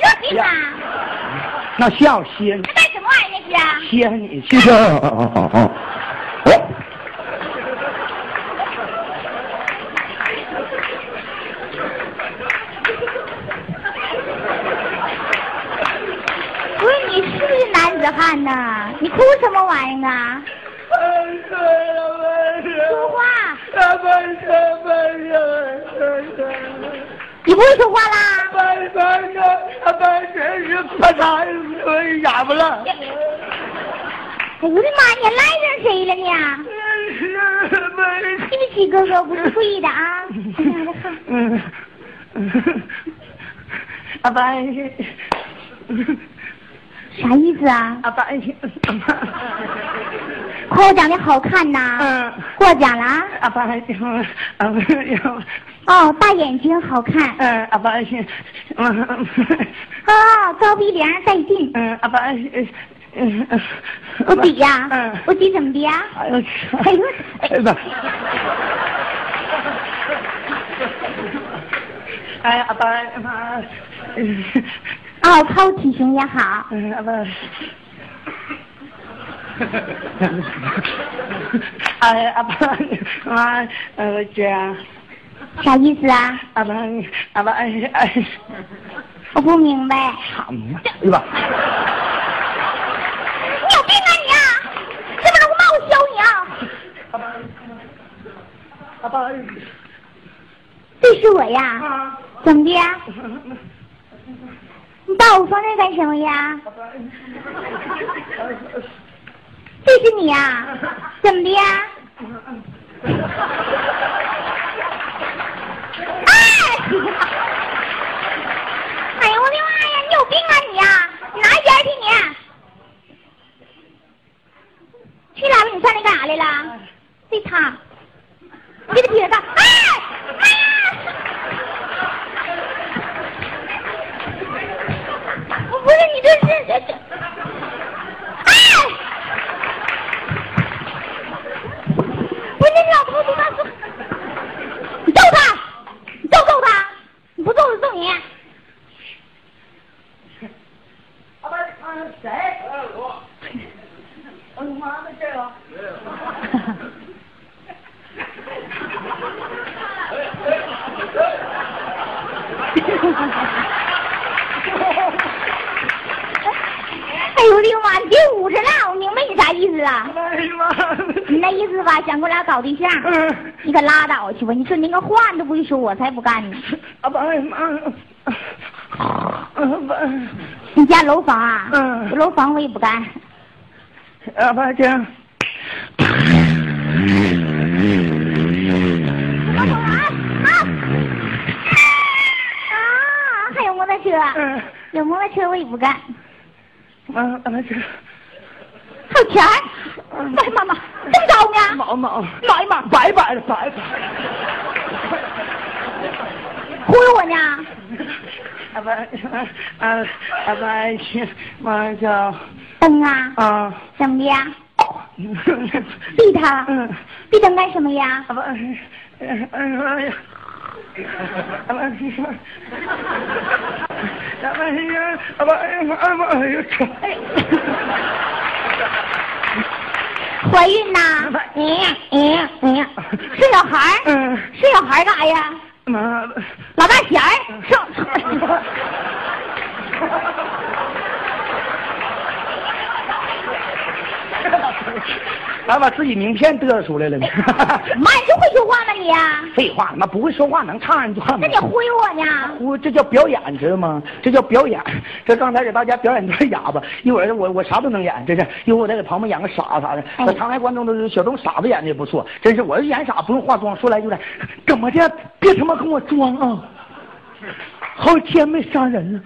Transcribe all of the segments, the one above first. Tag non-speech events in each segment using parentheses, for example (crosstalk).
这给哪？那下午歇这干什么玩意儿？这是啊？歇你去吧。哦哦哦 (laughs) 哦不是，你是不是男子汉呐？你哭什么玩意儿啊？哎说话，你不会说话啦？哎呦我的妈！你还啊赖上谁了呢？对不起，哥哥，不是故意的 (laughs) 啊。哎呀我的汗阿爸，啥意思啊？阿爸，阿爸，夸我长得好看呐？嗯，过奖了啊？阿爸，阿爸，哦，大眼睛好看。嗯，阿爸，哦，高鼻梁带劲。嗯，阿爸，嗯，我比呀、嗯，我比怎么的呀、哎呦，哎呦，哎哎爸，哎阿爸，阿爸，哦，抛体型也好，嗯，阿爸，哎阿爸，妈，呃，这样，啥意思啊？阿爸，阿爸，哎哎，我不明白。好嘛，对吧？你有病啊你啊！是不是我骂我削你啊？阿爸，阿爸，这是我呀，啊，怎么的呀？你把我放那干什么呀？阿爸，这是你呀？怎么的呀？哎！哎呀，我的妈呀！你有病啊你呀、你拿烟去你！去哪了？你上那干啥来了？这他，这个撇子，哎！妈呀！我不是你这是这这，哎！不是你老头子他说，你揍他，你揍揍他，你不揍我揍你。阿爸，嗯，谁？哎我妈妈这个。哎呦我的妈！你别捂着了，我明白你啥意思了。哎呀妈！你那意思吧，想跟我俩搞对象，嗯，你可拉倒去吧！你说你连个话你都不会说，我才不干呢。阿爸哎妈，阿爸，你家楼房啊？嗯楼房我也不干。阿爸这样，啊啊！还有摩托车，嗯，有摩托车我也不干。妈阿爸这，还有钱儿？嗯哎妈妈，这么高呢？毛毛，妈呀妈，白白的白白，嗯忽悠我呢？阿爸啊阿爸去，妈叫蹬啊？啊，怎么的呀？避他？嗯，避蹬干什么呀？阿爸，哎哎呀，阿爸是说，阿爸呀，阿爸哎呀，阿爸哎呀，怀孕呐？嗯嗯嗯，生小孩儿？嗯，生小孩儿干啥呀？妈。老大弦儿嗯上。 (laughs) 还把自己名片嘚出来了呢。妈，你就会说话吗你？ (laughs) 废话，他妈不会说话能唱上段那吗你？忽悠我呢？我这叫表演，你知道吗？这叫表演。这刚才给大家表演段哑巴，一会儿我我啥都能演，这是。一会儿我再给旁边演个傻啥的。哎我常来观众都是小东傻子演的也不错，真是。我要演傻不用化妆，说来就来。怎么的？别他妈跟我装啊！好几天没杀人了，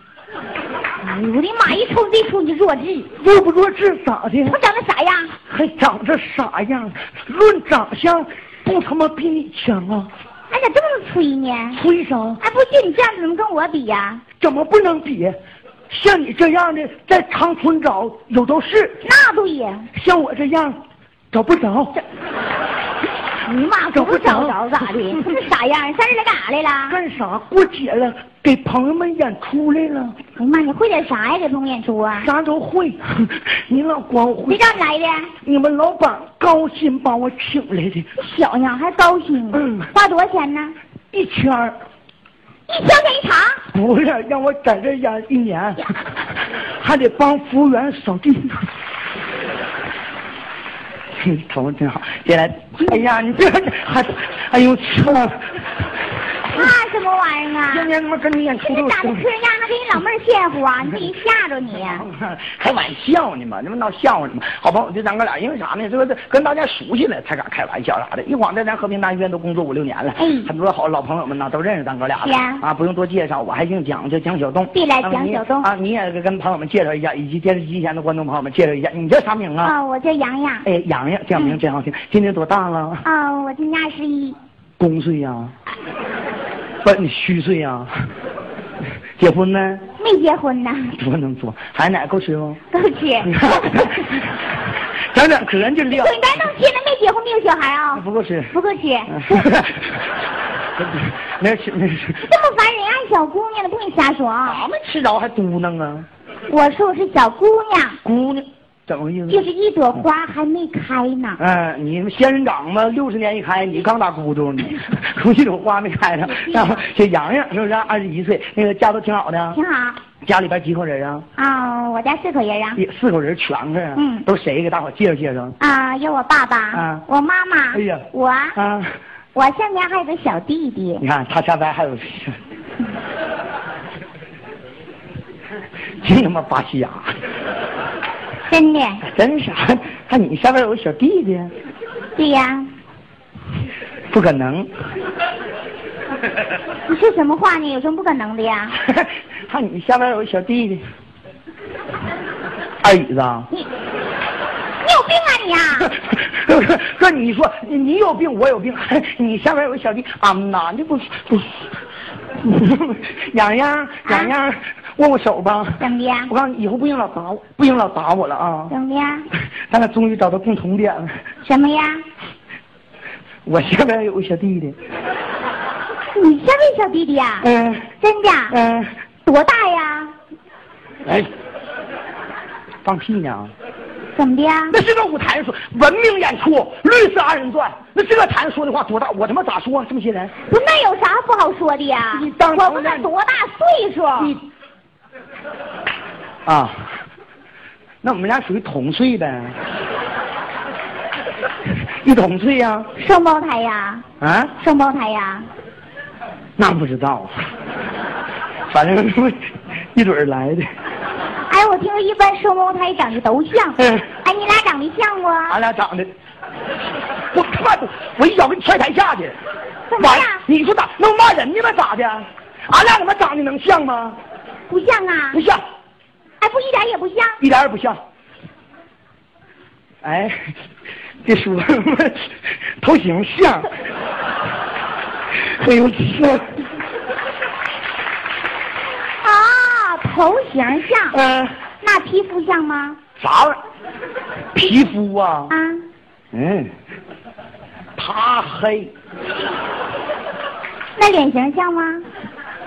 哎呦我的妈！一瞅这出你弱智，弱不弱智咋的？我长得啥样？还长这傻样？论长相，不他妈比你强啊！哎，咋这么吹呢？吹啥？哎，不就你这样子怎么跟我比呀、怎么不能比？像你这样的，在长春找有都是。哎那对呀，啊像我这样找不着。你妈这不不是找成着咋的？啥样？上这来干啥来了？哎干啥？过节了，给朋友们演出来了，哎呀妈，你会点啥呀？给朋友演出啊？啥都会。 (laughs) 你老光谁会，找你来的？你们老板高薪把我请来的，小呢还高薪嗯，花多少钱呢？一千儿一千块钱一场。不是让我在这演一年， (laughs) 还得帮服务员扫地。 (laughs) 头发真好，进来。哎呀，你别还，哎呦，操！那什么玩意儿啊？今天他妈跟你演出这都咋的嗑药还给你老妹儿献火啊？你自己吓着你。 (laughs) 开玩笑呢嘛，那不闹笑话呢嘛。好吧，我就咱哥俩，因为啥呢？这个跟大家熟悉了才敢开玩笑啥的。一晃在咱和平大医院都工作五六年了，嗯很多好老朋友们呢都认识咱哥俩了是啊不用多介绍，我还姓蒋，叫蒋晓东。对了啊蒋你晓东啊，你也跟朋友们介绍一下，以及电视机前的观众朋友们介绍一下，你叫啥名啊？啊，嗯我叫洋洋。哎，洋洋，这名真好听。今年多大了？啊，我今年二十一。公岁呀、不，你虚岁呀、结婚没？没结婚呢，多能做，孩子奶够吃 (laughs) 不？都是。你看，整整可人就撂嘴，巴弄亲了，没结婚没有小孩啊、不嗯够吃。不够吃。 (laughs) 没吃没吃，这么烦人，爱小姑娘的，不跟你瞎说啊！啥没吃着还嘟囔啊？我说我是小姑娘，姑娘，怎么意就思？是一朵花还没开呢。嗯、你们仙人掌嘛，六十年一开，你刚打咕嘟，你 (laughs) 空气朵花没开呢。然后这洋洋是不是二十一岁？那个家都挺好的啊，挺好家里边几口人啊？啊，我家四口人啊， (laughs) 一四口人全是啊。嗯都谁给大伙介绍介绍？啊，有我爸爸，啊我妈妈，哎呀我，啊，我下面还有个小弟弟，你看他下边还有，真他妈巴西牙，真的，真是还还你下边有个小弟弟，对呀、不可能，你说什么话呢？有什么不可能的呀？还你下边有个小弟弟，二椅子啊。你，你有病啊你 (laughs) 啊！哥，你说你你有病，我有病，你下边有个小弟，俺男的不不， (laughs) 洋洋洋洋，握握手吧。怎么的呀我？告诉你，以后不行老打我，不行老打我了啊！ (laughs) 怎么的呀？咱俩终于找到共同点了。什么呀？我下边有个小弟弟，你下面小弟弟啊呀、嗯、真的？啊嗯、多大呀？哎，放屁呢？啊怎么的呀？那是个舞台说文明演出，绿色二人转，那这个台说的话多大？我他妈咋说啊？这么些人，不，那有啥不好说的呀？你当我头不呢是多大岁数？你啊，那我们俩属于同岁呗， (laughs) 一同岁呀、双胞胎呀？啊？双胞胎呀？那不知道，反正一准儿来的。哎，我听说一般双胞胎长得都像。嗯哎，你俩长得像不？俺俩长得，我他妈的，我一脚给你踹台下去。怎么完样，你说咋？那我骂人呢吗？咋的？俺俩他妈长得能像吗？不像啊不？像，哎，不，一点也不像。一点儿也不像。哎，别说了，头型像。哎呦，这，啊，头型像。嗯、那皮肤像吗？啥玩意儿？皮肤啊？啊，嗯，他黑。那脸型像吗？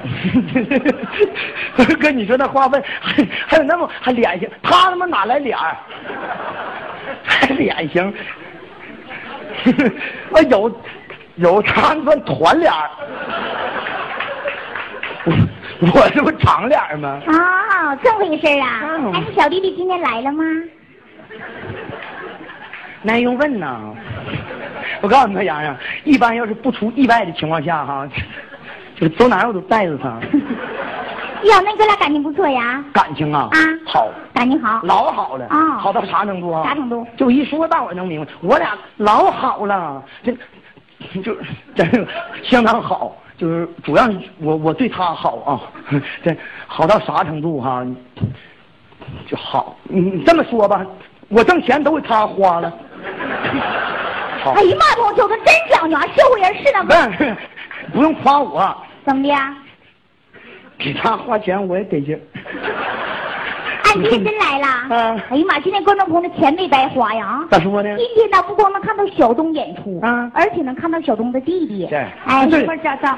(laughs) 哥，你说那花呗还还有那么还脸型，他他妈哪来脸儿？还脸型？ (laughs) 啊有有他他妈团脸儿，我我这不长脸儿吗？哦，这么回事儿啊嗯！哎，你小弟弟今天来了吗？那还用问呐？我告诉你，洋洋，一般要是不出意外的情况下哈， (laughs) 就走哪儿我都带着他，呀，那哥俩感情不错呀，感情啊啊好。感情好。老好了，啊好到啥程度啊？啥程度就一说，大伙儿能明白，我俩老好了，这就真是相当好，就是主要是我我对他好啊， (laughs) 这好到啥程度哈、就好，你你这么说吧，我挣钱都给他花 (laughs) 了，好哎，呀妈，我瞅他真讲究啊，社会人是那不个是不用夸我，怎么的呀？给他花钱我也得劲儿。哎，哎，你也真来 (laughs) 了！啊哎呀妈，今天观众朋友的钱没白花呀啊！咋说呢？今天呢，不光能看到小东演出，啊而且能看到小东的弟弟。是哎，对一会儿找找，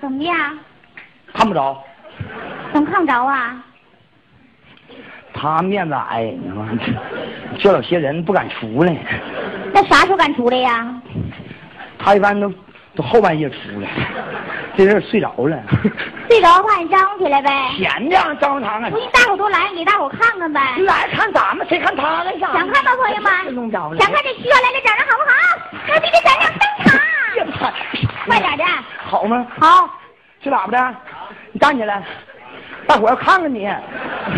怎么样？看不着，能看着啊？他面子矮，你知道吗 (laughs) 这有些人不敢出来，那啥时候敢出来呀？他一般都都后半夜出来， (laughs) 这阵儿睡着了。睡着把你张起来呗，闲的啊张堂啊不，信大伙都来，给大伙看看呗。来看咱们，谁看他干啥？想看吗，朋友这们弄？着了想看就需要来这掌声好不好？让弟弟咱俩登 (laughs) 场，这太快点的。好吗？好，这咋不的？你站起来，大伙儿要看 (laughs) 看你。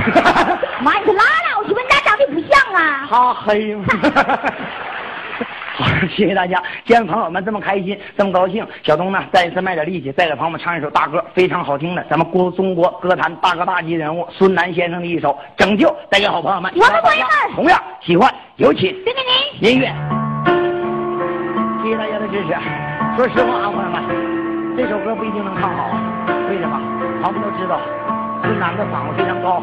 (laughs) 妈，你可拉倒去吧，你咋长得不像啊？他黑吗？好，谢谢大家，见朋友们这么开心，这么高兴。小东呢，再一次卖点力气，再给朋友们唱一首大歌，非常好听的，咱们国中国歌坛大哥大级人物孙楠先生的一首《拯救》，带给好朋友们。我们朋友们同样喜欢，有请给给您。音乐。谢谢大家的支持。说实话啊，朋友们，这首歌不一定能唱好，啊为什么？咱们都知道，孙楠的嗓子非常高，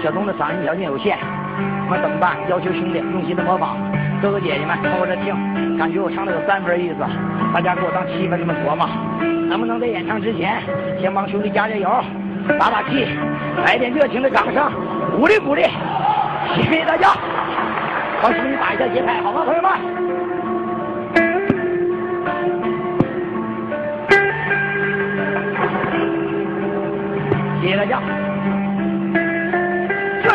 小东的嗓音条件有限，那怎么办？要求兄弟用心的模仿，哥哥姐姐们通过这听，感觉我唱的有三分意思，大家给我当七分这么琢磨，能不能在演唱之前先帮兄弟加加油，打打气，来点热情的掌声，鼓励鼓励，谢谢大家，帮兄弟打一下节拍，好吗，朋友们？谢谢大家。对。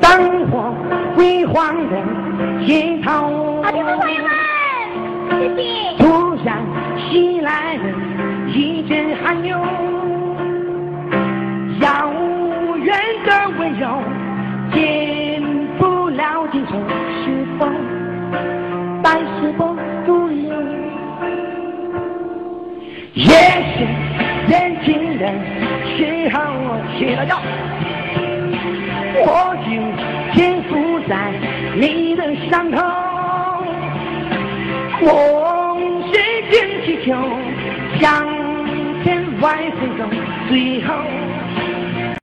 灯火辉煌的街头好，听众朋友们，谢谢。突然袭来了一阵寒流，让无人的温柔进不了进城，是否百思不独有？夜深人静的时候，起了药，我就轻抚在你的伤口。梦是惊气球，向天外飞走，最后